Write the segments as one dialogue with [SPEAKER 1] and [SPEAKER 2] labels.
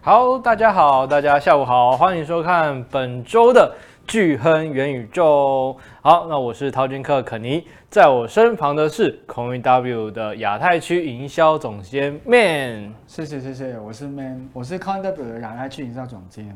[SPEAKER 1] 好，大家好，大家下午好，欢迎收看本周的巨亨元宇宙。好，那我是淘金客肯尼，在我身旁的是孔云 W 的亚太区营销总监 Man。
[SPEAKER 2] 谢谢谢谢，我是 Man，我是 Con W 的亚太区营销总监。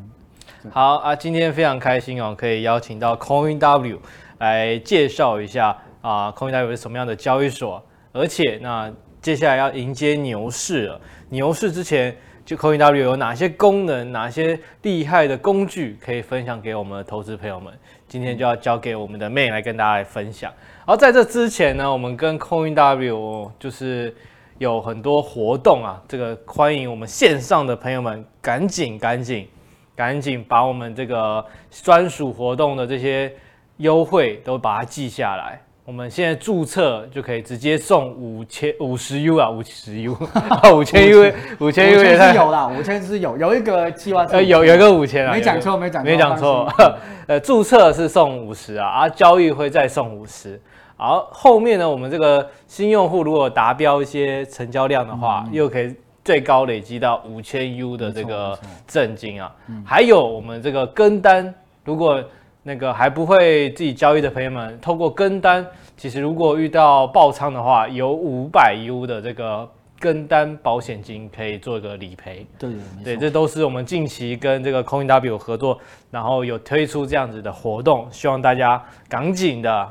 [SPEAKER 1] 好啊，今天非常开心哦，可以邀请到 Coin W 来介绍一下啊，Coin W 是什么样的交易所，而且那接下来要迎接牛市了。牛市之前，就 Coin W 有哪些功能，哪些厉害的工具可以分享给我们的投资朋友们？今天就要交给我们的 May 来跟大家来分享。而在这之前呢，我们跟 Coin W 就是有很多活动啊，这个欢迎我们线上的朋友们赶紧赶紧赶紧把我们这个专属活动的这些优惠都把它记下来。我们现在注册就可以直接送五千五十 U 啊，五十 U，五啊千 U，五千 U
[SPEAKER 2] 五
[SPEAKER 1] 也
[SPEAKER 2] 千
[SPEAKER 1] 太
[SPEAKER 2] 是有啦，五千是有，有一个计划是
[SPEAKER 1] 呃有有一个五千啊，
[SPEAKER 2] 没
[SPEAKER 1] 有一
[SPEAKER 2] 讲
[SPEAKER 1] 个
[SPEAKER 2] 错没讲错
[SPEAKER 1] 没讲错， 呃注册是送五十啊，啊交易会再送五十。好，后面呢，我们这个新用户如果达标一些成交量的话，
[SPEAKER 2] 嗯
[SPEAKER 1] 又可以最高累积到五千 U 的这
[SPEAKER 2] 没
[SPEAKER 1] 个
[SPEAKER 2] 错没嗯
[SPEAKER 1] 正金啊。还有我们这个跟单，如果那个还不会自己交易的朋友们，透过跟单，其实如果遇到爆仓的话，有五百 U 的这个跟单保险金可以做一个理赔。
[SPEAKER 2] 对
[SPEAKER 1] 对，
[SPEAKER 2] 对
[SPEAKER 1] 这都是我们近期跟这个 Coin W 合作，然后有推出这样子的活动，希望大家赶紧的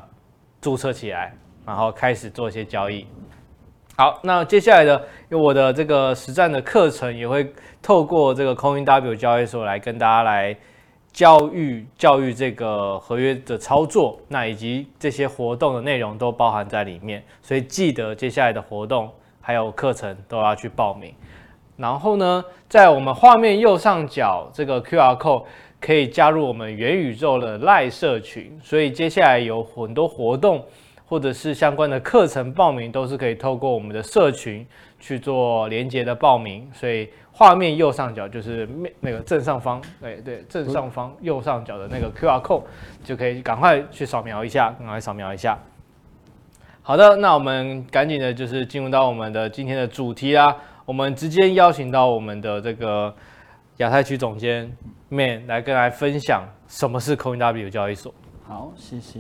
[SPEAKER 1] 注册起来，然后开始做一些交易。好，那接下来的，因为我的这个实战的课程也会透过这个 Coin W 交易所来跟大家来教育教育这个合约的操作，那以及这些活动的内容都包含在里面，所以记得接下来的活动还有课程都要去报名。然后呢，在我们画面右上角这个 QR code 可以加入我们元宇宙的赖社群，所以接下来有很多活动或者是相关的课程报名都是可以透过我们的社群去做连接的报名，所以画面右上角就是面那个正上方，对对，正上方右上角的那个 QR code 就可以赶快去扫描一下，赶快扫描一下。好的，那我们赶紧的就是进入到我们的今天的主题啦。我们直接邀请到我们的这个亚太区总监 Man 来跟来分享什么是 Coin W 交易所。
[SPEAKER 2] 好，谢谢。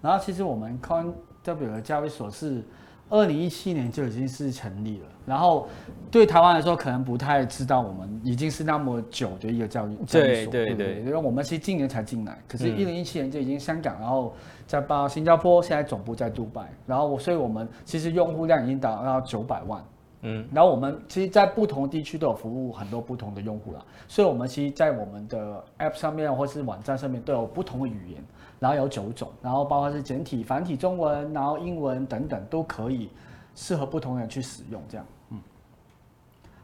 [SPEAKER 2] 然后其实我们 Con W 的交易所是二零一七年就已经是成立了，然后对台湾来说可能不太知道，我们已经是那么久的一个教育交易
[SPEAKER 1] 对
[SPEAKER 2] 所，
[SPEAKER 1] 对
[SPEAKER 2] 不
[SPEAKER 1] 对
[SPEAKER 2] 因为我们是今年才进来，可是
[SPEAKER 1] 嗯
[SPEAKER 2] 一零一七年就已经香港，然后再到新加坡，现在总部在杜拜，然后我所以我们其实用户量已经达到九百万。
[SPEAKER 1] 嗯，
[SPEAKER 2] 然后我们其实，在不同地区都有服务很多不同的用户啦，所以我们其实，在我们的 App 上面或是网站上面都有不同的语言，然后有九种，然后包括是简体、繁体中文，然后英文等等都可以，适合不同人去使用这样。嗯，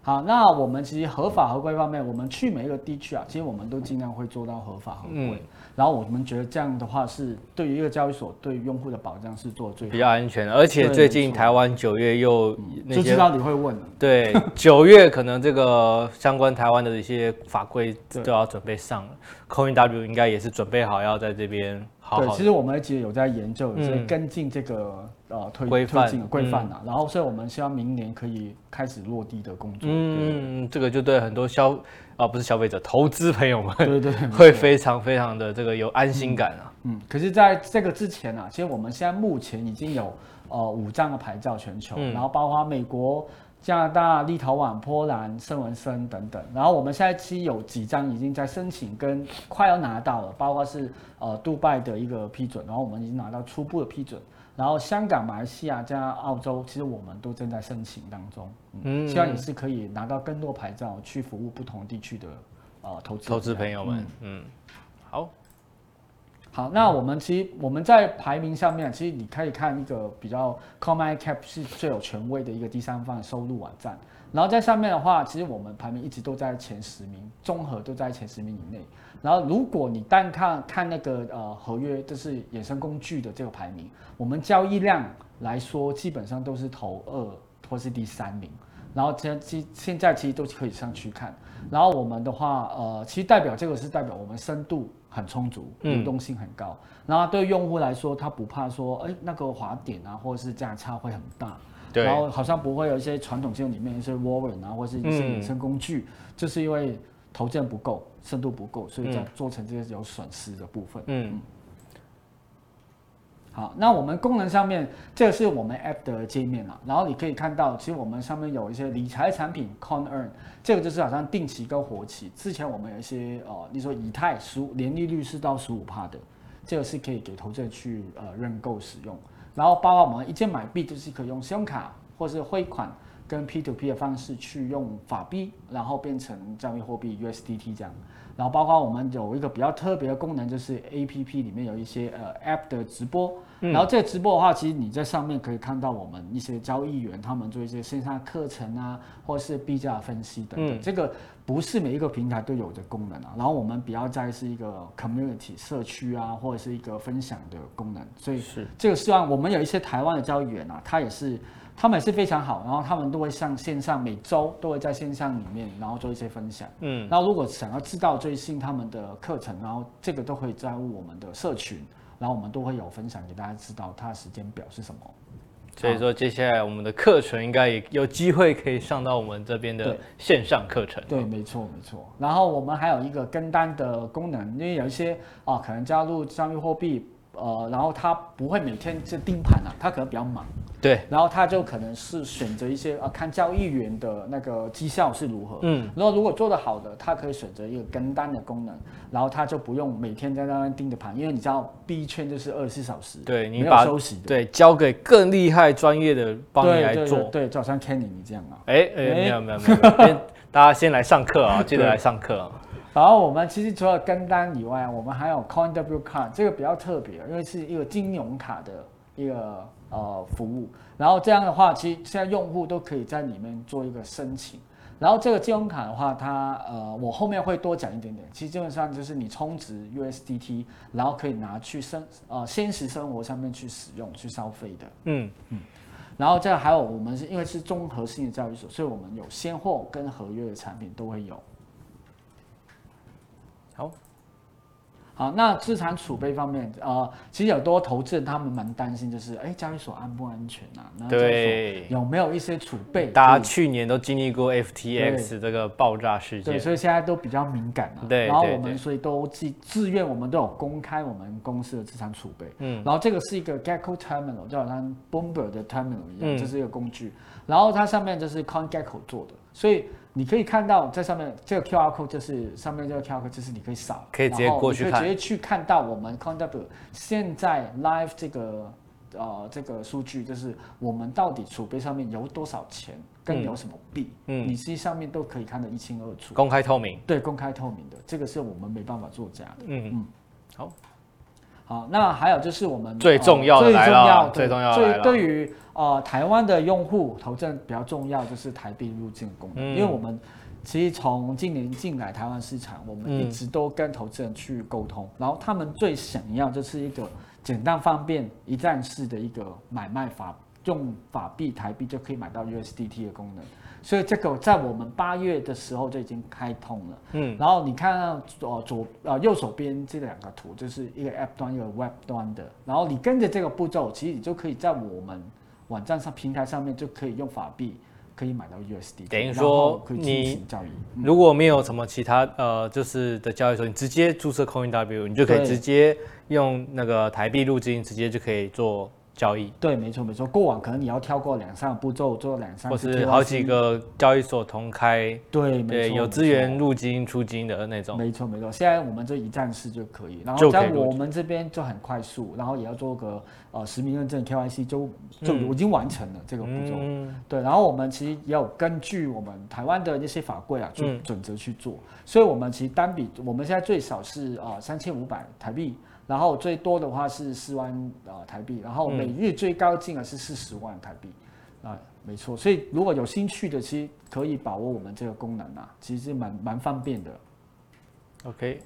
[SPEAKER 2] 好，那我们其实合法合规方面，我们去每一个地区啊，其实我们都尽量会做到合法合规，
[SPEAKER 1] 嗯
[SPEAKER 2] 然后我们觉得这样的话是对于一个交易所对于用户的保障是做得最好
[SPEAKER 1] 比较安全的，而且
[SPEAKER 2] 对
[SPEAKER 1] 最近
[SPEAKER 2] 没错
[SPEAKER 1] 台湾九月又
[SPEAKER 2] 的，
[SPEAKER 1] 那
[SPEAKER 2] 就
[SPEAKER 1] 些
[SPEAKER 2] 知道你会问了。
[SPEAKER 1] 对九月可能这个相关台湾的一些法规
[SPEAKER 2] 对
[SPEAKER 1] 都要准备上了，Coin W 应该也是准备好要在这边好
[SPEAKER 2] 对，
[SPEAKER 1] 好
[SPEAKER 2] 其实我们其实有在研究，有在
[SPEAKER 1] 嗯
[SPEAKER 2] 跟进这个、呃推
[SPEAKER 1] 规
[SPEAKER 2] 推
[SPEAKER 1] 范嗯
[SPEAKER 2] 进的规范啊，然后所以我们希望明年可以开始落地的工作。嗯，
[SPEAKER 1] 嗯，这个就对很多消啊不是消费者，投资朋 友们
[SPEAKER 2] 对对 对，
[SPEAKER 1] 会非常非常的这个有安心感啊。
[SPEAKER 2] 嗯，可是在这个之前啊，其实我们现在目前已经有呃五张的牌照全球，
[SPEAKER 1] 嗯
[SPEAKER 2] 然后包括美国、加拿大、立陶宛、波兰、圣文森等等，然后我们现在其实有几张已经在申请跟快要拿到了，包括是呃杜拜的一个批准，然后我们已经拿到初步的批准，然后香港、马来西亚加澳洲，其实我们都正在申请当中，
[SPEAKER 1] 嗯
[SPEAKER 2] 嗯，希望也是可以拿到更多牌照去服务不同地区的呃投资
[SPEAKER 1] 投资
[SPEAKER 2] 者
[SPEAKER 1] 朋友们，嗯，好，
[SPEAKER 2] 好，那我们其实我们在排名上面，其实你可以看一个比较 Common Cap 是最有权威的一个第三方收入网站，然后在上面的话，其实我们排名一直都在前十名，综合都在前十名以内。然后如果你单看看那个呃合约，就是衍生工具的这个排名，我们交易量来说，基本上都是头二或是第三名。然后现现现在其实都可以上去看，然后我们的话，呃，其实代表这个是代表我们深度很充足，
[SPEAKER 1] 嗯
[SPEAKER 2] 流动性很高。然后对用户来说，他不怕说，哎，那个滑点啊，或者是价差会很大。
[SPEAKER 1] 对
[SPEAKER 2] 然后好像不会有一些传统金融里面一些 warrant 啊，或是一些
[SPEAKER 1] 嗯
[SPEAKER 2] 衍生工具，就是因为投件不够，深度不够，所以
[SPEAKER 1] 嗯
[SPEAKER 2] 才做成这些有损失的部分。
[SPEAKER 1] 嗯
[SPEAKER 2] 好，那我们功能上面，这个是我们 App 的界面啦。然后你可以看到，其实我们上面有一些理财产品 Con Earn，这个就是好像定期跟活期。之前我们有一些哦，你说以太十五年利率是到十五帕的，这个是可以给投资人去呃认购使用。然后包括我们一键买币，就是可以用信用卡或是汇款跟 P to P 的方式去用法币，然后变成加密货币 USDT 这样。然后包括我们有一个比较特别的功能，就是 A P P 里面有一些呃 App 的直播，然后这个直播的话，其实你在上面可以看到我们一些交易员他们做一些线上课程啊，或是币价分析等等。
[SPEAKER 1] 嗯
[SPEAKER 2] 这个不是每一个平台都有的功能啊。然后我们比较在是一个 community 社区啊，或者是一个分享的功能，所以
[SPEAKER 1] 是
[SPEAKER 2] 这个希望我们有一些台湾的交易员啊，他也是。他们也是非常好，然后他们都会上线上，每周都会在线上里面，然后做一些分享。
[SPEAKER 1] 嗯
[SPEAKER 2] 那如果想要知道最新他们的课程，然后这个都可以加入我们的社群，然后我们都会有分享给大家知道它的时间表是什么。
[SPEAKER 1] 所以说接下来我们的课程应该也有机会可以上到我们这边的
[SPEAKER 2] 对
[SPEAKER 1] 线上课程。
[SPEAKER 2] 对，没错没错。然后我们还有一个跟单的功能，因为有一些啊、可能加入加密货币，呃，然后他不会每天是盯盘啊，他可能比较忙。
[SPEAKER 1] 对，
[SPEAKER 2] 然后他就可能是选择一些啊，看交易员的那个绩效是如何。
[SPEAKER 1] 嗯
[SPEAKER 2] 嗯，然后如果做得好的，他可以选择一个跟单的功能，然后他就不用每天在那边盯着盘，因为你知道币圈就是二十四小时，
[SPEAKER 1] 对你
[SPEAKER 2] 没有
[SPEAKER 1] 把
[SPEAKER 2] 休息的，
[SPEAKER 1] 对交给更厉害专业的帮你
[SPEAKER 2] 对
[SPEAKER 1] 来
[SPEAKER 2] 对
[SPEAKER 1] 做。
[SPEAKER 2] 对，对就好像 Kenny 你这样啊。
[SPEAKER 1] 哎哎，没有没有没有， 先大家先来上课啊，记得来上课啊。
[SPEAKER 2] 然后我们其实除了跟单以外，我们还有 Coin W Card，这个比较特别，因为是一个金融卡的一个呃服务。然后这样的话，其实现在用户都可以在里面做一个申请。然后这个金融卡的话，它呃，我后面会多讲一点点。其实基本上就是你充值 USDT，然后可以拿去生呃现实生活上面去使用、去消费的。
[SPEAKER 1] 嗯，
[SPEAKER 2] 然后再还有我们是因为是综合性的交易所，所以我们有现货跟合约的产品都会有。
[SPEAKER 1] 好，
[SPEAKER 2] 好，那资产储备方面，呃，其实有多投资人他们蛮担心，就是哎，交易所安不安全啊？那交易所
[SPEAKER 1] 对
[SPEAKER 2] 有没有一些储备？
[SPEAKER 1] 大家
[SPEAKER 2] 对
[SPEAKER 1] 去年都经历过 FTX 这个爆炸事
[SPEAKER 2] 对，
[SPEAKER 1] 件，
[SPEAKER 2] 所以现在都比较敏感了、
[SPEAKER 1] 对
[SPEAKER 2] 然后
[SPEAKER 1] 对
[SPEAKER 2] 我
[SPEAKER 1] 对
[SPEAKER 2] 们所以都自自愿，我们都有公开我们公司的资产储备。
[SPEAKER 1] 嗯
[SPEAKER 2] 嗯，然后这个是一个 Gecko Terminal，就好像 Bloomberg 的 Terminal 一样，
[SPEAKER 1] 嗯
[SPEAKER 2] 这是一个工具。然后它上面就是 Con Gecko 做的，所以你可以看到在上面这个 QR code 就是上面这个 QR code 就是你可以扫，
[SPEAKER 1] 可以直接
[SPEAKER 2] 然后
[SPEAKER 1] 过
[SPEAKER 2] 你
[SPEAKER 1] 去
[SPEAKER 2] 可以
[SPEAKER 1] 看
[SPEAKER 2] 直接去看到我们 Con W 现在 live 这个。呃，这个数据就是我们到底储备上面有多少钱，
[SPEAKER 1] 嗯
[SPEAKER 2] 跟有什么币，
[SPEAKER 1] 嗯
[SPEAKER 2] 嗯，你实际上面都可以看得一清二楚。
[SPEAKER 1] 公开透明。
[SPEAKER 2] 对，公开透明的，这个是我们没办法作假的。
[SPEAKER 1] 嗯，
[SPEAKER 2] 好，那还有就是我们
[SPEAKER 1] 最
[SPEAKER 2] 呃
[SPEAKER 1] 重要的
[SPEAKER 2] 最
[SPEAKER 1] 来
[SPEAKER 2] 重
[SPEAKER 1] 了
[SPEAKER 2] 要的
[SPEAKER 1] 最重要的来了
[SPEAKER 2] 最对于呃台湾的用户投证比较重要就是台币入境功能，
[SPEAKER 1] 嗯
[SPEAKER 2] 因为我们其实从今年进来台湾市场，我们
[SPEAKER 1] 嗯
[SPEAKER 2] 一直都跟投资人去沟通，然后他们最想要就是一个简单方便一站式的一个买卖法，用法币台币就可以买到 USDT 的功能，所以这个在我们八月的时候就已经开通了。
[SPEAKER 1] 嗯
[SPEAKER 2] 然后你看到呃左呃右手边这两个图，就是一个 App 端一个 Web 端的，然后你跟着这个步骤，其实你就可以在我们网站上平台上面就可以用法币可以买到 USD，
[SPEAKER 1] 等于说
[SPEAKER 2] 可以
[SPEAKER 1] 你
[SPEAKER 2] 进行交易，嗯
[SPEAKER 1] 如果没有什么其他呃，就是的交易所，你直接注册 Coin W，你就可以
[SPEAKER 2] 对
[SPEAKER 1] 直接用那个台币入金，直接就可以做交易，
[SPEAKER 2] 对，没错没错，过往可能你要跳过两三个步骤，做两三
[SPEAKER 1] 或
[SPEAKER 2] 次
[SPEAKER 1] 是
[SPEAKER 2] KYC
[SPEAKER 1] 好几，个交易所同开，
[SPEAKER 2] 对，没
[SPEAKER 1] 对，
[SPEAKER 2] 错，
[SPEAKER 1] 有
[SPEAKER 2] 没
[SPEAKER 1] 资
[SPEAKER 2] 错
[SPEAKER 1] 源入金出金的那种。
[SPEAKER 2] 没错没错，现在我们这一站式就可以，然
[SPEAKER 1] 就
[SPEAKER 2] 后
[SPEAKER 1] 可以
[SPEAKER 2] 在
[SPEAKER 1] 入
[SPEAKER 2] 我们这边就很快速，然后也要做个呃实名认证 KYC 就就已经完成了这个步骤。
[SPEAKER 1] 嗯，
[SPEAKER 2] 对，然后我们其实也有根据我们台湾的一些法规啊，去
[SPEAKER 1] 嗯
[SPEAKER 2] 准则去做，所以我们其实单笔我们现在最少是呃三千五百台币，然后最多的话是四万呃台币，然后
[SPEAKER 1] 嗯
[SPEAKER 2] 每日最高金额是四十万台币，啊、没错，所以如果有兴趣的，其实可以把握我们这个功能啊，其实是蛮蛮方便的。
[SPEAKER 1] OK，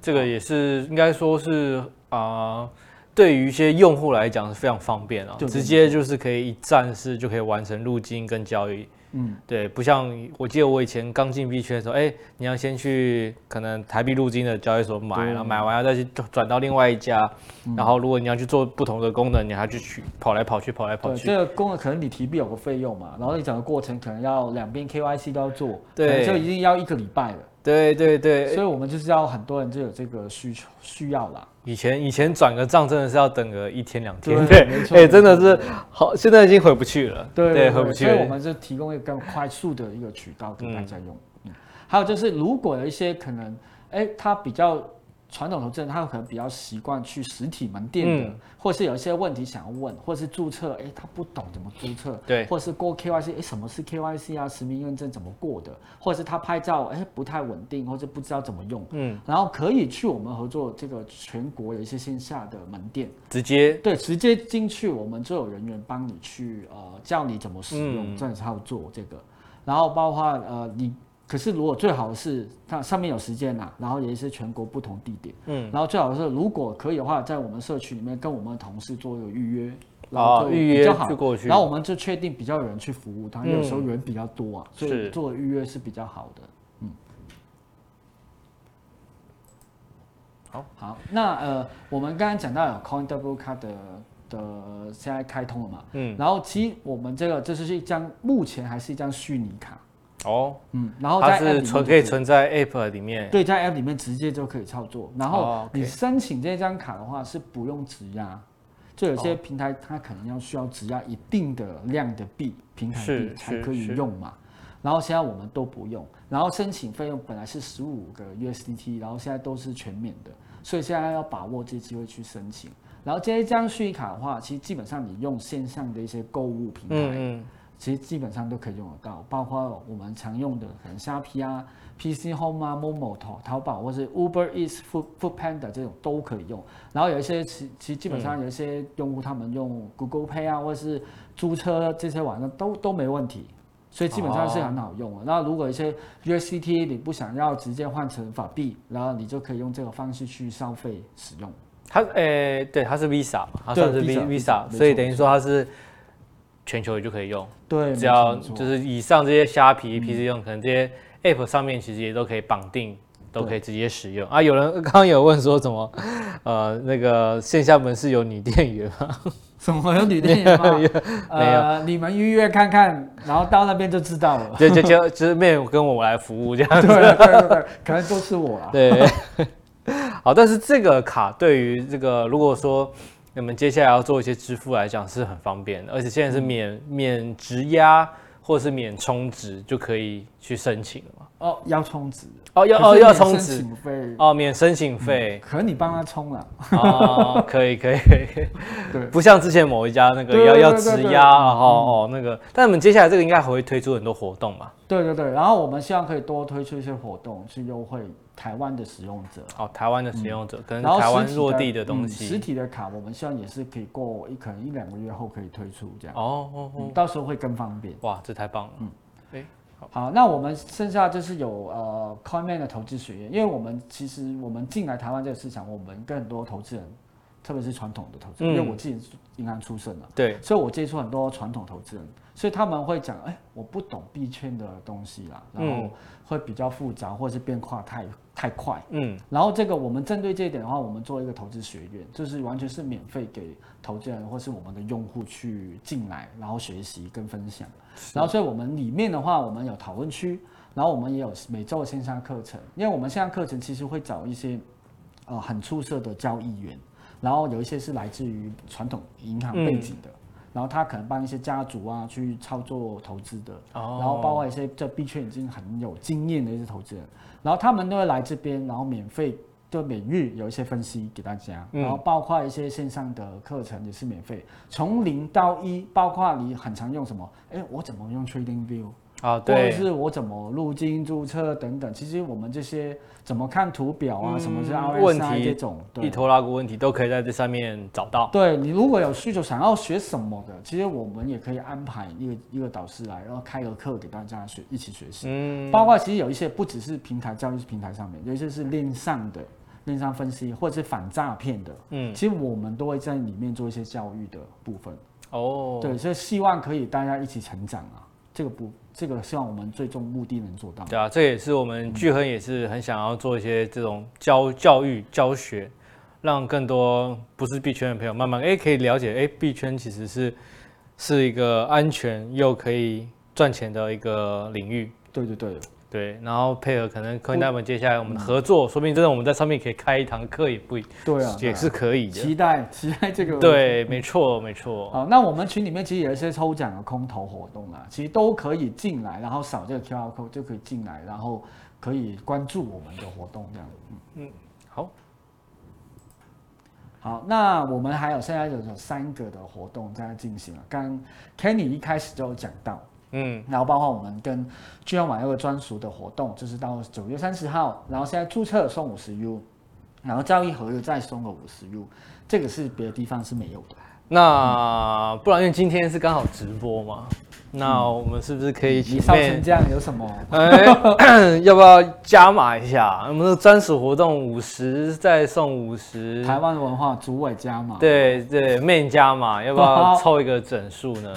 [SPEAKER 1] 这个也是应该说是啊、呃对于一些用户来讲是非常方便啊，
[SPEAKER 2] 对对
[SPEAKER 1] 直接就是可以一站式就可以完成入金跟交易，
[SPEAKER 2] 嗯，
[SPEAKER 1] 对，不像我记得我以前刚进币圈的时候，哎、你要先去可能台币入金的交易所买，
[SPEAKER 2] 对嗯
[SPEAKER 1] 然后买完要再去转转到另外一家，然后如果你要去做不同的功能，你还要去取跑来跑去，跑来跑
[SPEAKER 2] 对，
[SPEAKER 1] 去。
[SPEAKER 2] 这个功能可能你提币有个费用嘛，然后你整个过程可能要两边 KYC 都要做，
[SPEAKER 1] 对
[SPEAKER 2] 可能就一定要一个礼拜了。
[SPEAKER 1] 对对对，
[SPEAKER 2] 所以我们就是要很多人就有这个需求需要啦。
[SPEAKER 1] 以前以前转个账真的是要等个一天两天，
[SPEAKER 2] 对没错
[SPEAKER 1] 哎、
[SPEAKER 2] 没错
[SPEAKER 1] 真的是好，现在已经回不去了，
[SPEAKER 2] 对
[SPEAKER 1] 回不去嗯
[SPEAKER 2] 所以我
[SPEAKER 1] 了。
[SPEAKER 2] 们就提供一个更快速的一个渠道给大家用。嗯还有就是，如果有一些可能，哎，他比较传统投资人，他可能比较习惯去实体门店的，
[SPEAKER 1] 嗯
[SPEAKER 2] 或是有一些问题想要问，或是注册，哎，他不懂怎么注册，
[SPEAKER 1] 对
[SPEAKER 2] 或是过 KYC，哎，什么是 KYC 啊？实名认证怎么过的？或者是他拍照，哎，不太稳定，或者不知道怎么用。
[SPEAKER 1] 嗯，
[SPEAKER 2] 然后可以去我们合作这个全国有一些线下的门店，
[SPEAKER 1] 直接
[SPEAKER 2] 对，直接进去，我们就有人员帮你去呃教你怎么使用，
[SPEAKER 1] 嗯
[SPEAKER 2] 正操作这个，然后包括呃你，可是如果最好是它上面有时间啦、然后也是全国不同地点，
[SPEAKER 1] 嗯，
[SPEAKER 2] 然后最好是如果可以的话，在我们社区里面跟我们的同事做一个预约，然
[SPEAKER 1] 哦
[SPEAKER 2] 后就
[SPEAKER 1] 预
[SPEAKER 2] 比
[SPEAKER 1] 约
[SPEAKER 2] 较好
[SPEAKER 1] 就过去
[SPEAKER 2] 然后我们就确定比较有人去服务他，因为有时候
[SPEAKER 1] 嗯
[SPEAKER 2] 人比较多啊，所以
[SPEAKER 1] 是
[SPEAKER 2] 做预约是比较好的。嗯
[SPEAKER 1] 好，
[SPEAKER 2] 好，那呃，我们刚刚讲到有 Coin Double Card 的的现在开通了嘛，
[SPEAKER 1] 嗯，
[SPEAKER 2] 然后其实我们这个这就是一张目前还是一张虚拟卡，
[SPEAKER 1] 哦，
[SPEAKER 2] 嗯，然后
[SPEAKER 1] 它
[SPEAKER 2] 在 app
[SPEAKER 1] 是
[SPEAKER 2] 里面
[SPEAKER 1] 存
[SPEAKER 2] 就
[SPEAKER 1] 可以存在 App 里面，
[SPEAKER 2] 对，在 app 里面直接就可以操作。然后
[SPEAKER 1] 哦，OK
[SPEAKER 2] 你申请这张卡的话是不用质押，就有些平台它可能要需要质押一定的量的币，平台币
[SPEAKER 1] 是
[SPEAKER 2] 才
[SPEAKER 1] 是
[SPEAKER 2] 可以
[SPEAKER 1] 是
[SPEAKER 2] 用嘛。然后现在我们都不用，然后申请费用本来是十五个 USDT，然后现在都是全免的，所以现在要把握这机会去申请。然后这一张虚拟卡的话，其实基本上你用线上的一些购物平台，
[SPEAKER 1] 嗯嗯，
[SPEAKER 2] 其实基本上都可以用得到，包括我们常用的可能虾皮啊、PC Home 啊、Momo 淘淘宝或是 Uber Eats、Food Food Panda 这种都可以用。然后有一些其其实基本上有一些用户他们用 Google Pay 啊，或是租车这些网站都都没问题。所以基本上是很好用的。那如果有一些 USDT 你不想要直接换成法币，然后你就可以用这个方式去消费使用。
[SPEAKER 1] 它诶、对，它是 Visa 嘛，它
[SPEAKER 2] 对
[SPEAKER 1] 算是 V
[SPEAKER 2] Visa，Visa，
[SPEAKER 1] Visa，
[SPEAKER 2] 没
[SPEAKER 1] 所以
[SPEAKER 2] 错
[SPEAKER 1] 等于说它是全球也就可以用，
[SPEAKER 2] 对，没
[SPEAKER 1] 只
[SPEAKER 2] 错
[SPEAKER 1] 要
[SPEAKER 2] 没错嗯
[SPEAKER 1] 就是以上这些虾皮、PC 用，可能这些 App 上面其实也都可以绑定，都可以直接使用啊。有人刚刚有问说什么，呃，那个线下门市有女店员吗？。
[SPEAKER 2] 什么有女店员吗？呃，你们预约看看，然后到那 边就知道了
[SPEAKER 1] 就就就就是没有跟我来服务这样
[SPEAKER 2] 对
[SPEAKER 1] 子。
[SPEAKER 2] 对对对，可能都是我啊。
[SPEAKER 1] 对， 好，但是这个卡对于这个如果说你们接下来要做一些支付来讲是很方便的，而且现在
[SPEAKER 2] 嗯
[SPEAKER 1] 是免免质押或是免充值就可以去申请了嘛。
[SPEAKER 2] 哦，要充值，
[SPEAKER 1] 哦，要
[SPEAKER 2] 可
[SPEAKER 1] 哦
[SPEAKER 2] 是
[SPEAKER 1] 要
[SPEAKER 2] 免
[SPEAKER 1] 充
[SPEAKER 2] 申
[SPEAKER 1] 值
[SPEAKER 2] 请费，
[SPEAKER 1] 哦，免申请费
[SPEAKER 2] 可能你帮他充了。
[SPEAKER 1] 哦，可 以可以可以，可以
[SPEAKER 2] 对
[SPEAKER 1] 不像之前某一家那个
[SPEAKER 2] 对
[SPEAKER 1] 要
[SPEAKER 2] 对
[SPEAKER 1] 要
[SPEAKER 2] 对对
[SPEAKER 1] 质
[SPEAKER 2] 对嗯
[SPEAKER 1] 押哦哦那个，但你们接下来这个应该还会推出很多活动嘛？
[SPEAKER 2] 对对对，然后我们希望可以多推出一些活动，去优惠台湾的使用者。
[SPEAKER 1] 哦，台湾的使用者可能
[SPEAKER 2] 然后
[SPEAKER 1] 台湾
[SPEAKER 2] 实体
[SPEAKER 1] 落地的东
[SPEAKER 2] 嗯实
[SPEAKER 1] 西
[SPEAKER 2] 体的卡我们希望也是可以过一可能一两个月后可以推出这样，
[SPEAKER 1] 哦哦
[SPEAKER 2] 嗯
[SPEAKER 1] 哦，
[SPEAKER 2] 到时候会更方便。
[SPEAKER 1] 哇，这太棒了，
[SPEAKER 2] 嗯好，那我们剩下就是有呃 Coinman 的投资学院，因为我们其实我们进来台湾这个市场，我们跟很多投资人，特别是传统的投资人，
[SPEAKER 1] 嗯
[SPEAKER 2] 因为我自己是银行出身的，
[SPEAKER 1] 对。
[SPEAKER 2] 所以我接触很多传统投资人，所以他们会讲，哎，我不懂币圈的东西啦，然后
[SPEAKER 1] 嗯
[SPEAKER 2] 会比较复杂，或是变化太太快。
[SPEAKER 1] 嗯，
[SPEAKER 2] 然后这个我们针对这一点的话，我们做一个投资学院，就是完全是免费给投资人或是我们的用户去进来，然后学习跟分享。然后所以我们里面的话，我们有讨论区，然后我们也有每周的线上课程，因为我们线上课程其实会找一些呃很出色的交易员，然后有一些是来自于传统银行背景的。然后他可能帮一些家族啊去操作投资的，
[SPEAKER 1] 哦
[SPEAKER 2] 然后包括一些在币圈已经很有经验的一些投资人，然后他们都会来这边，然后免费就每日有一些分析给大家，
[SPEAKER 1] 嗯
[SPEAKER 2] 然后包括一些线上的课程也是免费，从零到一，包括你很常用什么，哎，我怎么用 Trading View，
[SPEAKER 1] 啊，
[SPEAKER 2] 或者
[SPEAKER 1] 对，
[SPEAKER 2] 是我怎么入金注册等等，其实我们这些怎么看图表啊，
[SPEAKER 1] 嗯
[SPEAKER 2] 什么是
[SPEAKER 1] 问
[SPEAKER 2] RSI
[SPEAKER 1] 题
[SPEAKER 2] 这种，对
[SPEAKER 1] 一拖拉股问题都可以在这上面找到。
[SPEAKER 2] 对你如果有需求想要学什么的，其实我们也可以安排一个一个导师来，然后开个课给大家学一起学习。
[SPEAKER 1] 嗯，
[SPEAKER 2] 包括其实有一些不只是平台教育平台上面，有一些是链上的链上分析或者是反诈骗的，
[SPEAKER 1] 嗯
[SPEAKER 2] 其实我们都会在里面做一些教育的部分。
[SPEAKER 1] 哦，
[SPEAKER 2] 对，所以希望可以大家一起成长啊。这个不，这个希望我们最终目的能做到。
[SPEAKER 1] 对啊，这也是我们
[SPEAKER 2] 嗯
[SPEAKER 1] 聚亨也是很想要做一些这种教教育教学，让更多不是币圈的朋友慢慢哎、诶可以了解哎币、圈其实是是一个安全又可以赚钱的一个领域。
[SPEAKER 2] 对对对，
[SPEAKER 1] 对，然后配合可能科技大们接下来
[SPEAKER 2] 嗯
[SPEAKER 1] 我们的合作，说不定真的我们在上面可以开一堂课，也不一
[SPEAKER 2] 对啊，对嗯
[SPEAKER 1] 也
[SPEAKER 2] 啊
[SPEAKER 1] 是可以的。
[SPEAKER 2] 期待 期待这个。
[SPEAKER 1] 对，没错，没错。
[SPEAKER 2] 好，那我们群里面其实有一些抽奖的空投活动啦，其实都可以进来，然后扫这个 QR code 就可以进来，然后可以关注我们的活动这样。
[SPEAKER 1] 好，
[SPEAKER 2] 好，那我们还有现在有有三个的活动在进行了。刚 Kenny 一开始就有讲到，
[SPEAKER 1] 嗯，
[SPEAKER 2] 然后包括我们跟聚阳网友的专属的活动，就是到九月三十号，然后现在注册送五十 U，然后交易合约再送个五十 U，这个是别的地方是没有的。嗯
[SPEAKER 1] 那不然因为今天是刚好直播嘛，那我们是不是可以请
[SPEAKER 2] 你烧
[SPEAKER 1] May-
[SPEAKER 2] 成这样有什么？
[SPEAKER 1] 哎， 要不要加码一下？我们的专属活动五十再送五十，
[SPEAKER 2] 台湾文化主委家嘛，
[SPEAKER 1] 对对，面加码，要不要凑一个整数 呢？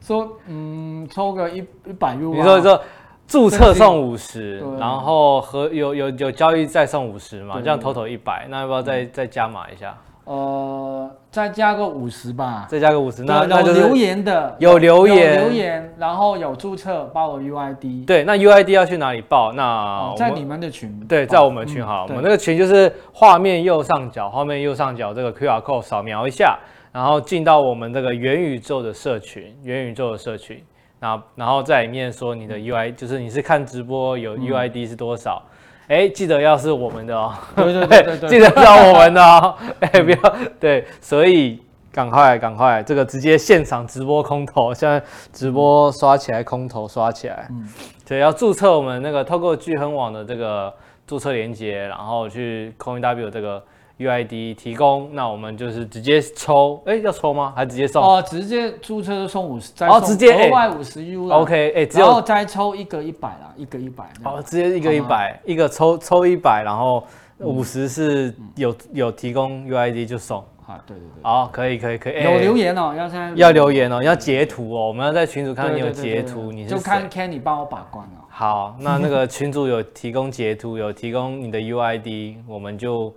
[SPEAKER 2] 说嗯抽个一一百 U，啊
[SPEAKER 1] 你说你说，注册送五十
[SPEAKER 2] 对，
[SPEAKER 1] 然后和有有有交易再送五十嘛，
[SPEAKER 2] 对嗯
[SPEAKER 1] 这样 total 一百，那要不要再再加码一下？
[SPEAKER 2] 呃再加个五十吧。
[SPEAKER 1] 再加个五十，那
[SPEAKER 2] 有
[SPEAKER 1] 那就
[SPEAKER 2] 有啊留
[SPEAKER 1] 是
[SPEAKER 2] 言的，
[SPEAKER 1] 有留言
[SPEAKER 2] 有留言，然后有注册，包括 UID，
[SPEAKER 1] 对。那 UID 要去哪里报？那
[SPEAKER 2] 哦
[SPEAKER 1] 我
[SPEAKER 2] 在
[SPEAKER 1] 们。
[SPEAKER 2] 你们的群，
[SPEAKER 1] 对，在我们群好，
[SPEAKER 2] 嗯
[SPEAKER 1] 我
[SPEAKER 2] 对
[SPEAKER 1] 们那个群就是画面右上角，画面右上角这个 QR code 扫描一下，然后进到我们这个元宇宙的社群，元宇宙的社群，然后然后在里面说你的 UI，就是你是看直播有
[SPEAKER 2] 嗯
[SPEAKER 1] UID 是多少。哎，记得要是我们的哦，
[SPEAKER 2] 对 对对对对
[SPEAKER 1] 记得是要我们的 哦，哎，不要对，所以赶快赶快，这个直接现场直播空投，现在直播刷起来，空投刷起来，
[SPEAKER 2] 嗯
[SPEAKER 1] 对，要注册我们那个透过聚亨网的这个注册连接，然后去 CoinW 这个 UID 提供，那我们就是直接抽，哎，要抽吗？还直接送、
[SPEAKER 2] 哦，直接注册就送五十，再
[SPEAKER 1] 哦
[SPEAKER 2] 送
[SPEAKER 1] 直接
[SPEAKER 2] 额
[SPEAKER 1] 哎
[SPEAKER 2] 外五十 U 啦
[SPEAKER 1] o k 哎，只
[SPEAKER 2] 然后
[SPEAKER 1] 有
[SPEAKER 2] 再抽一个一百啦，一个一百。
[SPEAKER 1] 哦，直接一个一
[SPEAKER 2] 好吗
[SPEAKER 1] 百，一个抽抽一百，然后五十
[SPEAKER 2] 嗯
[SPEAKER 1] 是有、有提供 UID 就送，
[SPEAKER 2] 啊，对对对，
[SPEAKER 1] 好，可以可以可以，哎
[SPEAKER 2] 有留言哦，要现在
[SPEAKER 1] 要留言哦，要截图哦，我们要在群主看到
[SPEAKER 2] 对
[SPEAKER 1] 你有
[SPEAKER 2] 对对
[SPEAKER 1] 截
[SPEAKER 2] 对
[SPEAKER 1] 图，
[SPEAKER 2] 对
[SPEAKER 1] 你是
[SPEAKER 2] 就
[SPEAKER 1] 谁
[SPEAKER 2] 看 Kenny 帮我把关哦。
[SPEAKER 1] 好，那那个群主有提供截图，有提供你的 UID，我们就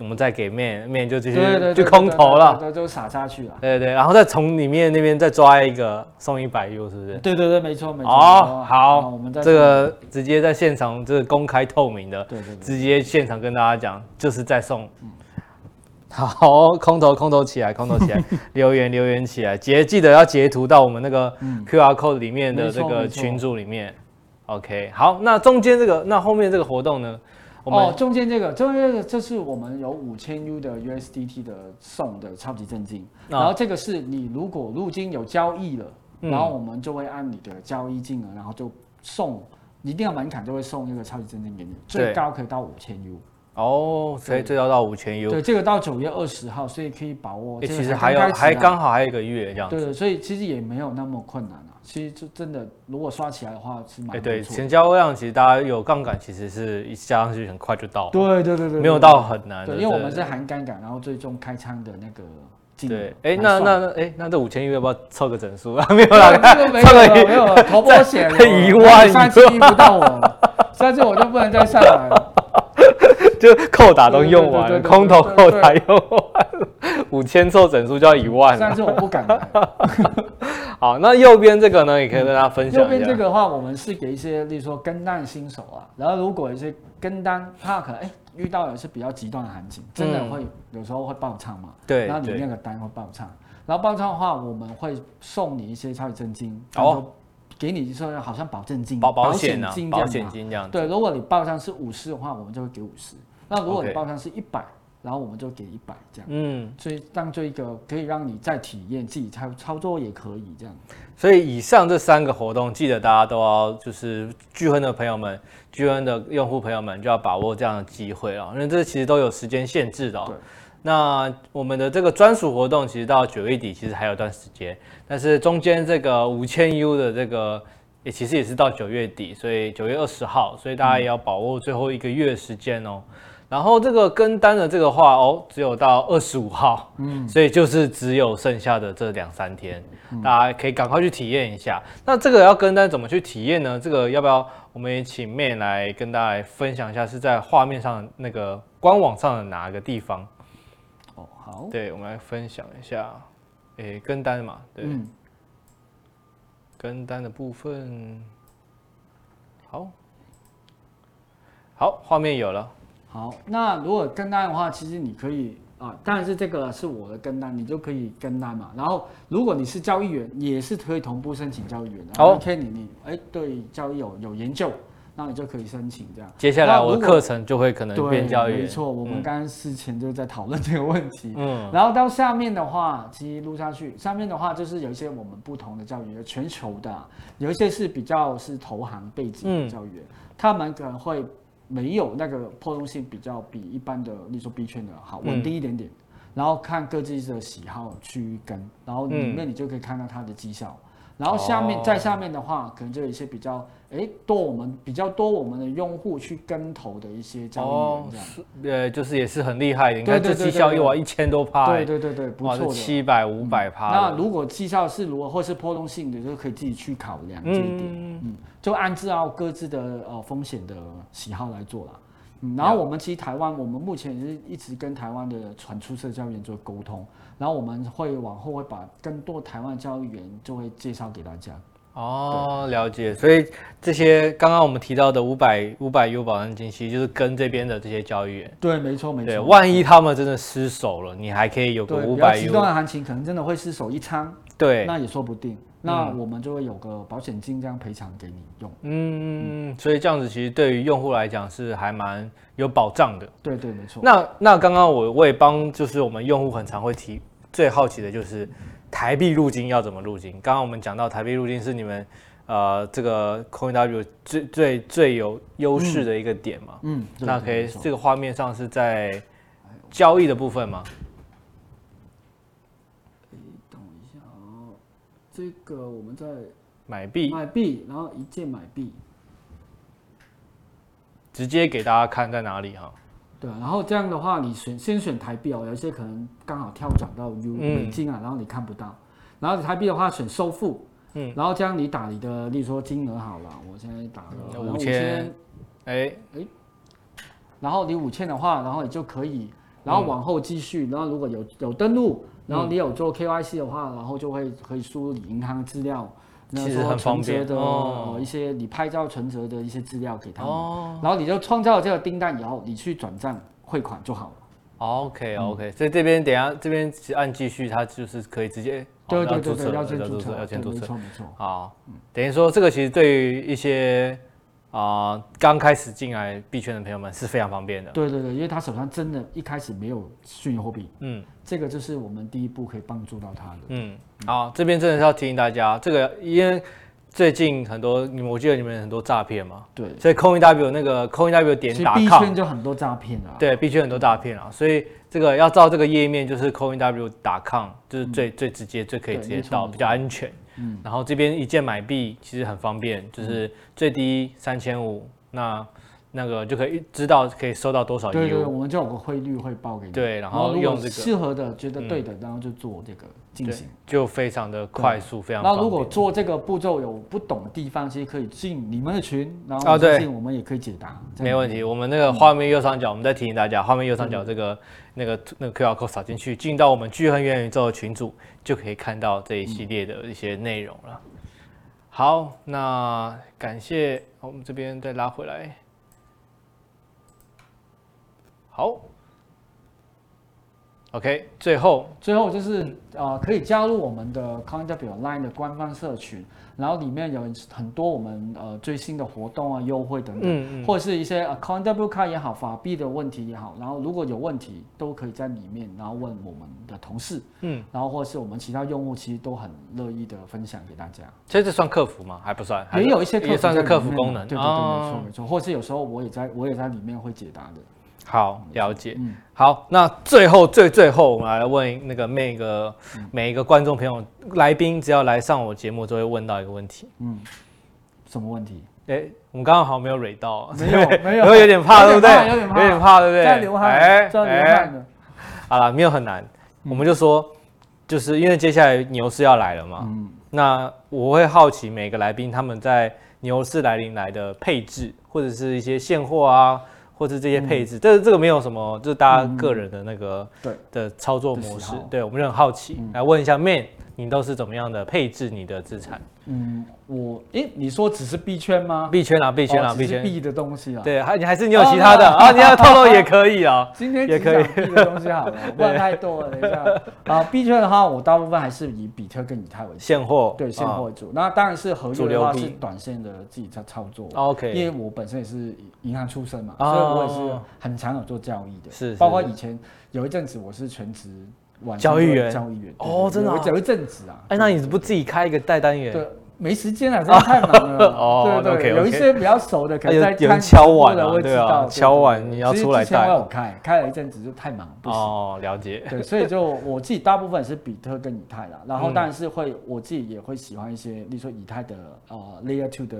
[SPEAKER 1] 我们再给面面就继续
[SPEAKER 2] 对对，
[SPEAKER 1] 就空投了，
[SPEAKER 2] 对，就撒下去了。
[SPEAKER 1] 对对，然后再从里面那边再抓一个送一百 U，是不是？
[SPEAKER 2] 对对对，没错没错。
[SPEAKER 1] 哦，
[SPEAKER 2] 那
[SPEAKER 1] 好
[SPEAKER 2] 我们再，
[SPEAKER 1] 这个直接在现场这个公开透明的，
[SPEAKER 2] 对对对，
[SPEAKER 1] 直接现场跟大家讲，就是在送。好，空投空投起来，空投 起来，留言留言起来，截记得要截图到我们那个
[SPEAKER 2] 嗯
[SPEAKER 1] Q R code 里面的这个
[SPEAKER 2] 没错没错
[SPEAKER 1] 群组里面。OK，好，那中间这个，那后面这个活动呢？我们、
[SPEAKER 2] 哦，中间这个，中间这个，这是我们有五千 U 的 USDT 的送的超级震惊。
[SPEAKER 1] 啊
[SPEAKER 2] 然后这个是你如果入金有交易了，
[SPEAKER 1] 嗯
[SPEAKER 2] 然后我们就会按你的交易金额，然后就送一定要门槛，就会送一个超级震惊给你，
[SPEAKER 1] 对
[SPEAKER 2] 最高可以到五千 U。
[SPEAKER 1] 哦，所以最高到五千 U，
[SPEAKER 2] 对，这个到九月二十号，所以可以把握。
[SPEAKER 1] 诶
[SPEAKER 2] 这个
[SPEAKER 1] 其实还有
[SPEAKER 2] 刚开始啊
[SPEAKER 1] 还刚好还有一个月这样。
[SPEAKER 2] 对，所以其实也没有那么困难啊。其实就真的，如果刷起来的话是蛮
[SPEAKER 1] 哎，
[SPEAKER 2] 不
[SPEAKER 1] 对，
[SPEAKER 2] 错的。
[SPEAKER 1] 成交量其实大家有杠杆，其实是一加上去很快就到了，
[SPEAKER 2] 对对对对，
[SPEAKER 1] 没有
[SPEAKER 2] 对
[SPEAKER 1] 到很难的。
[SPEAKER 2] 对，因为我们是含杠杆，然后最终开仓的那个金额来
[SPEAKER 1] 对
[SPEAKER 2] 算。，
[SPEAKER 1] 哎，那那那哎，那这五千 U 要不要凑个整数啊？ 没有啦，
[SPEAKER 2] 这个没有
[SPEAKER 1] 这个
[SPEAKER 2] 了，没有了，头破血流了，
[SPEAKER 1] 一万
[SPEAKER 2] 上次遇不到我了，下次我就不能再上 来了。
[SPEAKER 1] 就扣打都用完了，
[SPEAKER 2] 对对对对对
[SPEAKER 1] 空头扣打用完了，五千凑整数就要一万
[SPEAKER 2] 上
[SPEAKER 1] 了。
[SPEAKER 2] 次我不敢来。
[SPEAKER 1] 好，那右边这个呢，也可以跟大家分
[SPEAKER 2] 右
[SPEAKER 1] 享一
[SPEAKER 2] 边这
[SPEAKER 1] 下。
[SPEAKER 2] 个的话，我们是给一些，例如说跟单新手啊，然后如果有一些跟单，他可能哎遇到有一些比较极端的行情，真的
[SPEAKER 1] 嗯
[SPEAKER 2] 会有时候会爆仓嘛，
[SPEAKER 1] 对
[SPEAKER 2] 然后你
[SPEAKER 1] 对
[SPEAKER 2] 那个单会爆仓，然后爆仓的话，我们会送你一些超级真金，
[SPEAKER 1] 哦
[SPEAKER 2] 哦，给你说好像保证金、
[SPEAKER 1] 保保险啊
[SPEAKER 2] 金，这
[SPEAKER 1] 保
[SPEAKER 2] 样
[SPEAKER 1] 险
[SPEAKER 2] 嘛
[SPEAKER 1] 金这样子。
[SPEAKER 2] 对，如果你报上是五十的话，我们就会给五十；那如果你
[SPEAKER 1] OK
[SPEAKER 2] 报上是一百，然后我们就给一百这样。
[SPEAKER 1] 嗯，
[SPEAKER 2] 所以当做一个可以让你再体验自己操操作也可以这样。
[SPEAKER 1] 所以以上这三个活动，记得大家都要就是聚亨的朋友们、聚亨的用户朋友们就要把握这样的机会哦，因为这其实都有时间限制的、哦
[SPEAKER 2] 对。
[SPEAKER 1] 那我们的这个专属活动其实到九月底其实还有一段时间，但是中间这个五千 U 的这个也其实也是到九月底，所以九月二十号，所以大家也要把握最后一个月的时间哦。然后这个跟单的这个话哦，只有到二十五号，嗯，所以就是只有剩下的这两三天，
[SPEAKER 2] 嗯
[SPEAKER 1] 大家可以赶快去体验一下。那这个要跟单怎么去体验呢？这个要不要我们也请妹来跟大家分享一下？是在画面上那个官网上的哪个地方？
[SPEAKER 2] 哦，好，
[SPEAKER 1] 对，我们来分享一下，诶，跟单嘛，对，
[SPEAKER 2] 嗯，
[SPEAKER 1] 跟单的部分，好，好，画面有了，
[SPEAKER 2] 好。那如果跟单的话，其实你可以啊，当然是这个是我的跟单，你就可以跟单嘛。然后如果你是交易员，也是可以同步申请交易员的。
[SPEAKER 1] 好
[SPEAKER 2] OK，你你哎对交易有有研究，那你就可以申请这样。
[SPEAKER 1] 接下来
[SPEAKER 2] 那如
[SPEAKER 1] 我
[SPEAKER 2] 果
[SPEAKER 1] 的课程就会可能
[SPEAKER 2] 对，
[SPEAKER 1] 变教育，
[SPEAKER 2] 没错，我们
[SPEAKER 1] 嗯
[SPEAKER 2] 刚刚事前就在讨论这个问题。
[SPEAKER 1] 嗯
[SPEAKER 2] 然后到下面的话，其实录下去，下面的话就是有一些我们不同的教育员，全球的啊，有一些是比较是投行背景
[SPEAKER 1] 嗯
[SPEAKER 2] 的教育员，他们可能会没有那个波动性比较比一般的，例如说 B 圈的好
[SPEAKER 1] 嗯
[SPEAKER 2] 稳定一点点，然后看各自的喜好去跟，然后里面你就可以看到它的绩效。然后下
[SPEAKER 1] 嗯
[SPEAKER 2] 面
[SPEAKER 1] 哦
[SPEAKER 2] 再下面的话，可能就有一些比较诶多我们比较多我们的用户去跟投的一些交易员这样。
[SPEAKER 1] 是呃，就是也是很厉害的，你
[SPEAKER 2] 对
[SPEAKER 1] 看
[SPEAKER 2] 对
[SPEAKER 1] 这
[SPEAKER 2] 对
[SPEAKER 1] 绩
[SPEAKER 2] 对
[SPEAKER 1] 效
[SPEAKER 2] 对
[SPEAKER 1] 又哇一千多趴，
[SPEAKER 2] 对
[SPEAKER 1] 欸
[SPEAKER 2] 对对对，不
[SPEAKER 1] 哇，
[SPEAKER 2] 错
[SPEAKER 1] 这
[SPEAKER 2] 的。嗯
[SPEAKER 1] 七百五百趴
[SPEAKER 2] 那
[SPEAKER 1] 了，
[SPEAKER 2] 如果绩效是如何，或是波动性的，就可以自己去考量这一点。嗯
[SPEAKER 1] 嗯，
[SPEAKER 2] 就按照各自的呃风险的喜好来做啦。嗯，然后我们其实台湾，我们目前也是一直跟台湾的传出社教员做沟通，然后我们会往后会把更多台湾教育员就会介绍给大家。
[SPEAKER 1] 哦，了解。所以这些刚刚我们提到的五百五百 U 保证金，其实就是跟这边的这些交易员，
[SPEAKER 2] 对，没错，没
[SPEAKER 1] 对，
[SPEAKER 2] 错。
[SPEAKER 1] 万一他们真的失手了，你还可以有个
[SPEAKER 2] 对，
[SPEAKER 1] 五
[SPEAKER 2] 比较
[SPEAKER 1] 百
[SPEAKER 2] 极
[SPEAKER 1] U，
[SPEAKER 2] 端的行情可能真的会失手一仓，
[SPEAKER 1] 对，
[SPEAKER 2] 那也说不定。那我们就会有个保险金这样赔偿给你用。
[SPEAKER 1] 嗯，所以这样子其实对于用户来讲是还蛮有保障的。
[SPEAKER 2] 对对，没错。
[SPEAKER 1] 那那刚刚我我也帮，就是我们用户很常会提最好奇的就是台币入金要怎么入金。刚刚我们讲到台币入金是你们呃这个 CoinW 最最最有优势的一个点嘛？
[SPEAKER 2] 嗯，对
[SPEAKER 1] 那
[SPEAKER 2] 对
[SPEAKER 1] 可以
[SPEAKER 2] 没错
[SPEAKER 1] 这个画面上是在交易的部分吗？
[SPEAKER 2] 这个我们在
[SPEAKER 1] 买币
[SPEAKER 2] 买币，然后一键买币，
[SPEAKER 1] 直接给大家看在哪里哈？
[SPEAKER 2] 对啊，然后这样的话，你选先选台币哦，有一些可能刚好跳转到 U
[SPEAKER 1] 嗯
[SPEAKER 2] 美金啊，然后你看不到，然后台币的话选收付，
[SPEAKER 1] 嗯
[SPEAKER 2] 嗯，然后这样你打你的，例如说金额好了，我现在打了
[SPEAKER 1] 嗯
[SPEAKER 2] 五
[SPEAKER 1] 5000
[SPEAKER 2] 千，
[SPEAKER 1] 哎，
[SPEAKER 2] 然后你五千的话，然后你就可以，然后往后继续，然后如果有有登录，然后你有做 KYC 的话，然后就会可以输入你银行资料，那
[SPEAKER 1] 其实
[SPEAKER 2] 说
[SPEAKER 1] 很方
[SPEAKER 2] 存折
[SPEAKER 1] 便
[SPEAKER 2] 的、
[SPEAKER 1] 哦
[SPEAKER 2] 呃一些你拍照存折的一些资料给他们。
[SPEAKER 1] 哦。
[SPEAKER 2] 然后你就创造这个订单以后，你去转账汇款就好了。嗯
[SPEAKER 1] OK OK，、所以这边等一下这边按继续，它就是可以直接
[SPEAKER 2] 对
[SPEAKER 1] 哦
[SPEAKER 2] 对对
[SPEAKER 1] 注册
[SPEAKER 2] 对，
[SPEAKER 1] 了
[SPEAKER 2] 要先注册，
[SPEAKER 1] 要先
[SPEAKER 2] 对
[SPEAKER 1] 注
[SPEAKER 2] 没
[SPEAKER 1] 册。
[SPEAKER 2] 错没错。
[SPEAKER 1] 好，等于说这个其实对于一些啊、刚开始进来币圈的朋友们是非常方便的。
[SPEAKER 2] 对对对，因为他手上真的一开始没有虚拟货币，
[SPEAKER 1] 嗯，
[SPEAKER 2] 这个就是我们第一步可以帮助到他的。
[SPEAKER 1] 嗯，好，这边真的是要提醒大家，这个因为最近很多你们我记得你们很多诈骗嘛，
[SPEAKER 2] 对，
[SPEAKER 1] 所以 CoinW 那个 CoinW
[SPEAKER 2] 其
[SPEAKER 1] 点
[SPEAKER 2] 实
[SPEAKER 1] 打
[SPEAKER 2] B
[SPEAKER 1] com
[SPEAKER 2] 圈就很多诈骗啊。
[SPEAKER 1] 对，币圈很多诈骗啊，所以这个要照这个页面，就是 coinw.com，就是最、最直接、最可以
[SPEAKER 2] 嗯对
[SPEAKER 1] 直接
[SPEAKER 2] 没错
[SPEAKER 1] 到，
[SPEAKER 2] 没
[SPEAKER 1] 比较安全。嗯，然后这边一键买币其实很方便，
[SPEAKER 2] 嗯
[SPEAKER 1] 就是最低三千五，那那个就可以知道可以收到多少
[SPEAKER 2] 对对
[SPEAKER 1] U
[SPEAKER 2] 对，。我们就有个汇率汇报给你。
[SPEAKER 1] 对然后
[SPEAKER 2] 哦如
[SPEAKER 1] 用
[SPEAKER 2] 果
[SPEAKER 1] 这个嗯
[SPEAKER 2] 适合的，觉得对的，然后就做这个进行。
[SPEAKER 1] 就非常的快速，非常方
[SPEAKER 2] 那
[SPEAKER 1] 便。
[SPEAKER 2] 如果做这个步骤有不懂的地方，其实可以进你们的群，然后
[SPEAKER 1] 啊
[SPEAKER 2] 我
[SPEAKER 1] 对
[SPEAKER 2] 相信我们也可以解答。这样
[SPEAKER 1] 没问题，我们那个画面右上角，我们再提醒大家，画面右上角这
[SPEAKER 2] 嗯
[SPEAKER 1] 个那个那个 QR code 扫进去，进到我们聚恒元宇宙的群组，就可以看到这一系列的一些内容了。好，那感谢好我们这边再拉回来。好，OK，最后
[SPEAKER 2] 最后就是呃，可以加入我们的 CoinW Line 的官方社群，然后里面有很多我们呃最新的活动啊、优惠等等，
[SPEAKER 1] 嗯
[SPEAKER 2] 或者是一些、呃、CoinW 卡也好、法币的问题也好，然后如果有问题都可以在里面，然后问我们的同事，
[SPEAKER 1] 嗯，
[SPEAKER 2] 然后或者是我们其他用户其实都很乐意的分享给大家。
[SPEAKER 1] 所以这算客服吗？还不算，还
[SPEAKER 2] 也有一些客服
[SPEAKER 1] 也算是
[SPEAKER 2] 在里
[SPEAKER 1] 客服
[SPEAKER 2] 面
[SPEAKER 1] 功能。哦
[SPEAKER 2] 对对对，没错没错，或是有时候我也在我也在里面会解答的。
[SPEAKER 1] 好，
[SPEAKER 2] 嗯
[SPEAKER 1] 了解。好，那最后最最后，我们来问那个每个
[SPEAKER 2] 嗯
[SPEAKER 1] 每一个观众朋友来宾，只要来上我节目，都会问到一个问题：
[SPEAKER 2] 嗯，什么问题？
[SPEAKER 1] 哎、我们刚刚好像没有蕊到，
[SPEAKER 2] 没 有
[SPEAKER 1] 对
[SPEAKER 2] 没有
[SPEAKER 1] 有点怕，对
[SPEAKER 2] 有
[SPEAKER 1] 不
[SPEAKER 2] 点怕
[SPEAKER 1] 对？
[SPEAKER 2] 有点怕
[SPEAKER 1] 对不对？
[SPEAKER 2] 在流汗，
[SPEAKER 1] 哎
[SPEAKER 2] 在流
[SPEAKER 1] 哎
[SPEAKER 2] 汗的。
[SPEAKER 1] 好了，没有很难，我们就说，就是因为接下来牛市要来了嘛，
[SPEAKER 2] 嗯
[SPEAKER 1] 那我会好奇每个来宾他们在牛市来临来的配置，或者是一些现货啊，或是这些配置，这这个没有什么，就是大家个人的那个、
[SPEAKER 2] 嗯对
[SPEAKER 1] 的操作模
[SPEAKER 2] 的喜
[SPEAKER 1] 式
[SPEAKER 2] 好，嗯
[SPEAKER 1] 对我们就很好奇，来问一下 Man，你都是怎么样的配置你的资产？
[SPEAKER 2] 嗯，我诶，你说只是币圈吗？
[SPEAKER 1] 币圈啦，啊币
[SPEAKER 2] 币
[SPEAKER 1] 圈啦，
[SPEAKER 2] 只
[SPEAKER 1] 币
[SPEAKER 2] 哦是
[SPEAKER 1] 圈，
[SPEAKER 2] 币的东西啦。，啊
[SPEAKER 1] 对，还你还是你有其他的
[SPEAKER 2] 哦
[SPEAKER 1] 啊，你要透露也可以啊，
[SPEAKER 2] 今天
[SPEAKER 1] 也
[SPEAKER 2] 只
[SPEAKER 1] 可以
[SPEAKER 2] 讲币的东 西好了，不然太多了。等一下啊，币圈的话，我大部分还是以比特跟以太为主，
[SPEAKER 1] 现货，
[SPEAKER 2] 对 现
[SPEAKER 1] 啊
[SPEAKER 2] 货为主。那当然是合
[SPEAKER 1] 主
[SPEAKER 2] 约
[SPEAKER 1] 流
[SPEAKER 2] 的话
[SPEAKER 1] 币
[SPEAKER 2] 是短线的自己在操作。
[SPEAKER 1] 啊，OK
[SPEAKER 2] 因为我本身也是银行出身嘛，
[SPEAKER 1] 哦
[SPEAKER 2] 所以我也是很常有做交易的。
[SPEAKER 1] 是是
[SPEAKER 2] 包括以前有一阵子我是全职晚上
[SPEAKER 1] 交易员
[SPEAKER 2] 都在交易员
[SPEAKER 1] 哦
[SPEAKER 2] 对
[SPEAKER 1] 真的
[SPEAKER 2] 对对
[SPEAKER 1] 啊
[SPEAKER 2] 有有一阵子啊。
[SPEAKER 1] 哎，那你不自己开一个代单元？
[SPEAKER 2] 对，没时 间了，真的太忙了。
[SPEAKER 1] 哦
[SPEAKER 2] 对对
[SPEAKER 1] OK，OK
[SPEAKER 2] 有一些比较熟的，可能
[SPEAKER 1] 哎
[SPEAKER 2] 在
[SPEAKER 1] 有有人
[SPEAKER 2] 看
[SPEAKER 1] 敲碗啊
[SPEAKER 2] 直播的会
[SPEAKER 1] 对
[SPEAKER 2] 知
[SPEAKER 1] 啊
[SPEAKER 2] 道。对对
[SPEAKER 1] 敲碗
[SPEAKER 2] 对
[SPEAKER 1] 你要
[SPEAKER 2] 其实
[SPEAKER 1] 出来
[SPEAKER 2] 之前
[SPEAKER 1] 带
[SPEAKER 2] 我有开，开了一阵子就太忙，不行。
[SPEAKER 1] 哦，了解，
[SPEAKER 2] 对，所以就我自己大部分是比特跟以太啦，然后
[SPEAKER 1] 嗯
[SPEAKER 2] 当然是会我自己也会喜欢一些，例如说以太的呃 Layer Two 的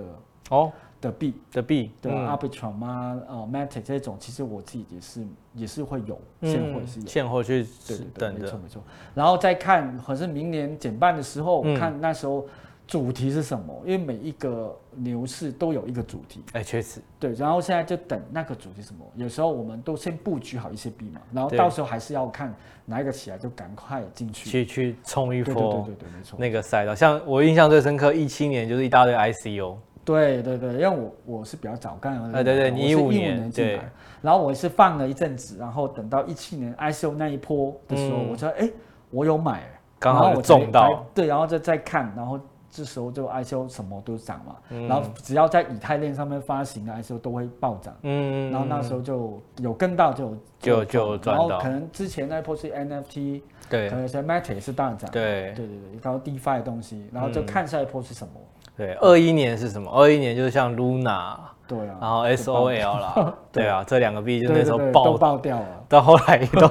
[SPEAKER 1] 哦，
[SPEAKER 2] 的币，
[SPEAKER 1] 的币，
[SPEAKER 2] 对
[SPEAKER 1] 嗯
[SPEAKER 2] 吧、Arbitrum 啊、呃 Matic 这种，其实我自己也是也是会有现货也是有
[SPEAKER 1] 嗯。现货去
[SPEAKER 2] 对对对，
[SPEAKER 1] 等
[SPEAKER 2] 没
[SPEAKER 1] 着
[SPEAKER 2] 错。没错。然后再看，可是明年减半的时候，
[SPEAKER 1] 嗯
[SPEAKER 2] 我看那时候主题是什么？因为每一个牛市都有一个主题，
[SPEAKER 1] 哎，确实，
[SPEAKER 2] 对。然后现在就等那个主题什么？有时候我们都先布局好一些币嘛，然后
[SPEAKER 1] 对
[SPEAKER 2] 到时候还是要看哪一个起来就赶快进去。
[SPEAKER 1] 去去冲一
[SPEAKER 2] 对对对
[SPEAKER 1] 波
[SPEAKER 2] 对对，没错。
[SPEAKER 1] 那个赛道。像我印象最深刻，一七年就是一大堆 ICO，
[SPEAKER 2] 对对对，因为我我是比较早干的，
[SPEAKER 1] 呃对对你
[SPEAKER 2] 一
[SPEAKER 1] 15年
[SPEAKER 2] 年进
[SPEAKER 1] 对
[SPEAKER 2] 来，然后我是放了一阵子，然后等到一七年 ICO 那一波的时候，
[SPEAKER 1] 嗯
[SPEAKER 2] 我说哎，我有买，
[SPEAKER 1] 刚好
[SPEAKER 2] 然后
[SPEAKER 1] 就
[SPEAKER 2] 我才
[SPEAKER 1] 中到
[SPEAKER 2] 才对，然后再再看，然后这时候就 ICO 什么都涨嘛，
[SPEAKER 1] 嗯
[SPEAKER 2] 然后只要在以太链上面发行的 ICO 都会暴涨。
[SPEAKER 1] 嗯，
[SPEAKER 2] 然后那时候就有跟到就有
[SPEAKER 1] 就
[SPEAKER 2] 就有
[SPEAKER 1] 就赚
[SPEAKER 2] 然后
[SPEAKER 1] 到
[SPEAKER 2] 可能之前那一波是 NFT，
[SPEAKER 1] 对
[SPEAKER 2] 可能是 Matic 是大涨，
[SPEAKER 1] 对
[SPEAKER 2] 对对对，然后 DeFi 的东西，然后就
[SPEAKER 1] 嗯
[SPEAKER 2] 看下一波是什么，
[SPEAKER 1] 对，二一年是什么？二一年就是像 Luna，
[SPEAKER 2] 对啊，
[SPEAKER 1] 然后
[SPEAKER 2] 就
[SPEAKER 1] SOL 啦，对啊，这两个币就那时候
[SPEAKER 2] 对对对
[SPEAKER 1] 爆
[SPEAKER 2] 都爆掉了。
[SPEAKER 1] 到后来也都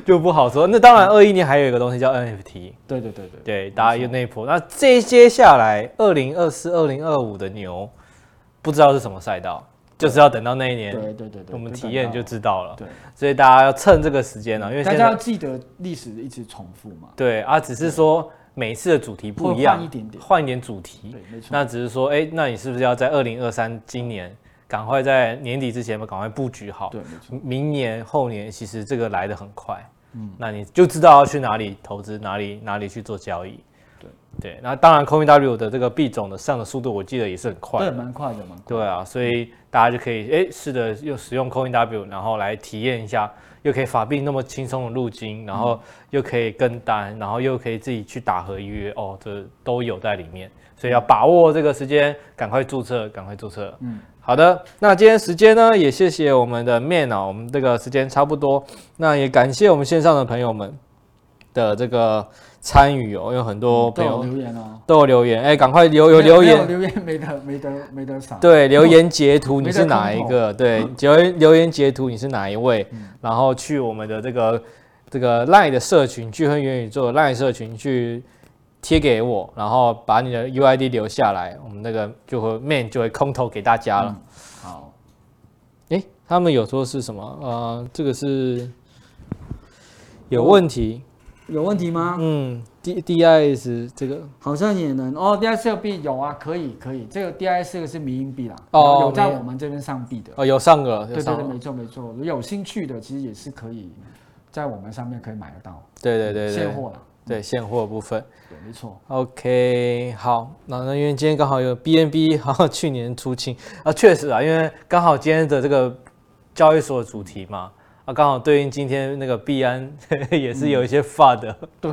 [SPEAKER 1] 就不好说。那当然，二一年还有一个东西叫 NFT，
[SPEAKER 2] 对对对对，
[SPEAKER 1] 对，大家有那一波。那这接下来二零二四、二零二五的牛，不知道是什么赛道，就是要等到那一
[SPEAKER 2] 对
[SPEAKER 1] 年
[SPEAKER 2] 对对对对，
[SPEAKER 1] 我们
[SPEAKER 2] 就
[SPEAKER 1] 体
[SPEAKER 2] 感
[SPEAKER 1] 验
[SPEAKER 2] 到
[SPEAKER 1] 就知道了。
[SPEAKER 2] 对，
[SPEAKER 1] 所以大家要趁这个时间哦了，因为
[SPEAKER 2] 大
[SPEAKER 1] 现
[SPEAKER 2] 家要
[SPEAKER 1] 在
[SPEAKER 2] 记得历史一直重复嘛。
[SPEAKER 1] 对啊，只是说每次的主题不一样，
[SPEAKER 2] 会换一点点
[SPEAKER 1] 换一点主题
[SPEAKER 2] 对。，没错。
[SPEAKER 1] 那只是说，哎、那你是不是要在二零二三今年赶快在年底之前赶快布局好？
[SPEAKER 2] 对，没错。
[SPEAKER 1] 明年后年其实这个来的很快，嗯，那你就知道要去哪里投资，哪里哪里去做交易。
[SPEAKER 2] 对
[SPEAKER 1] 对，那当然 CoinW 的这个币种的上的速度，我记得也是很快
[SPEAKER 2] 对，
[SPEAKER 1] 的。
[SPEAKER 2] 蛮快的，蛮快
[SPEAKER 1] 对啊，所以大家就可以哎试着用使用 CoinW，然后来体验一下，又可以法币那么轻松的路径，然
[SPEAKER 2] 嗯
[SPEAKER 1] 后又可以跟单，然后又可以自己去打合约，哦，这都有在里面，所以
[SPEAKER 2] 嗯
[SPEAKER 1] 要把握这个时间，赶快注册，赶快注册。嗯，好的，那今天时间呢，也谢谢我们的面啊，我们这个时间差不多，那也感谢我们线上的朋友们的这个参与哦，有很多
[SPEAKER 2] 嗯都
[SPEAKER 1] 朋
[SPEAKER 2] 有
[SPEAKER 1] 友
[SPEAKER 2] 留言哦，
[SPEAKER 1] 都有留言，哎，赶快留有
[SPEAKER 2] 没
[SPEAKER 1] 留
[SPEAKER 2] 没有
[SPEAKER 1] 言。
[SPEAKER 2] 留言没得没得没得赏。
[SPEAKER 1] 对，留言截图你
[SPEAKER 2] 没
[SPEAKER 1] 是
[SPEAKER 2] 在
[SPEAKER 1] 哪
[SPEAKER 2] 空
[SPEAKER 1] 一
[SPEAKER 2] 投
[SPEAKER 1] 个？对，留言留言截图你是哪一位？然后去我们的这个这个 LINE 的社群聚亨元宇宙的 LINE 社群去贴给我，然后把你的 UID 留下来，我们那个就会 man 就会空投给大家了。
[SPEAKER 2] 嗯好，
[SPEAKER 1] 诶，他们有说是什么？呃，这个是有问题。
[SPEAKER 2] 有问题吗？
[SPEAKER 1] 嗯，D D I S 这个
[SPEAKER 2] 好像也能哦。D I 四个币有啊，可以可以，这个 D I 四个是迷因币啦，
[SPEAKER 1] 哦
[SPEAKER 2] 有有在
[SPEAKER 1] 迷
[SPEAKER 2] 我们这边上币的。
[SPEAKER 1] 哦有上个了，有
[SPEAKER 2] 对对
[SPEAKER 1] 上
[SPEAKER 2] 对，没
[SPEAKER 1] 了。
[SPEAKER 2] 错没错，如果有兴趣的其实也是可以在我们上面可以买得到
[SPEAKER 1] 对对对对
[SPEAKER 2] 现，货啦。
[SPEAKER 1] 对现货的部分。
[SPEAKER 2] 对，没错。
[SPEAKER 1] OK，好，那那因为今天刚好有 BNB，然后去年出清啊，确实啊，因为刚好今天的这个交易所的主题嘛，啊，刚好对应今天那个币安 也是有一
[SPEAKER 2] 嗯
[SPEAKER 1] 些 FUD，、
[SPEAKER 2] 对，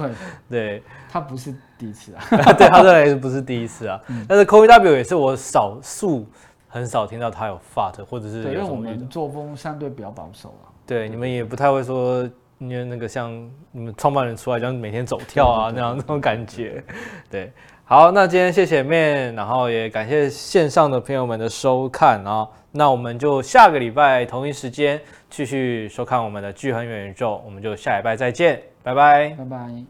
[SPEAKER 1] 对，
[SPEAKER 2] 它不是第一次啊。
[SPEAKER 1] 对他这来不是第一次啊，
[SPEAKER 2] 嗯
[SPEAKER 1] 但是 CoinW 也是我少数很少听到他有 FUD 或者是
[SPEAKER 2] 对，因为
[SPEAKER 1] 有什
[SPEAKER 2] 我
[SPEAKER 1] 么遇到
[SPEAKER 2] 们作风相对比较保守啊。
[SPEAKER 1] 对，你们也不太会说，因为那个像你们创办人出来这样每天走跳啊那样那种感觉，对。好，那今天谢谢面，然后也感谢线上的朋友们的收看啊、那我们就下个礼拜同一时间继续收看我们的《聚恒元宇宙》，我们就下礼拜再见，拜拜。
[SPEAKER 2] 拜拜。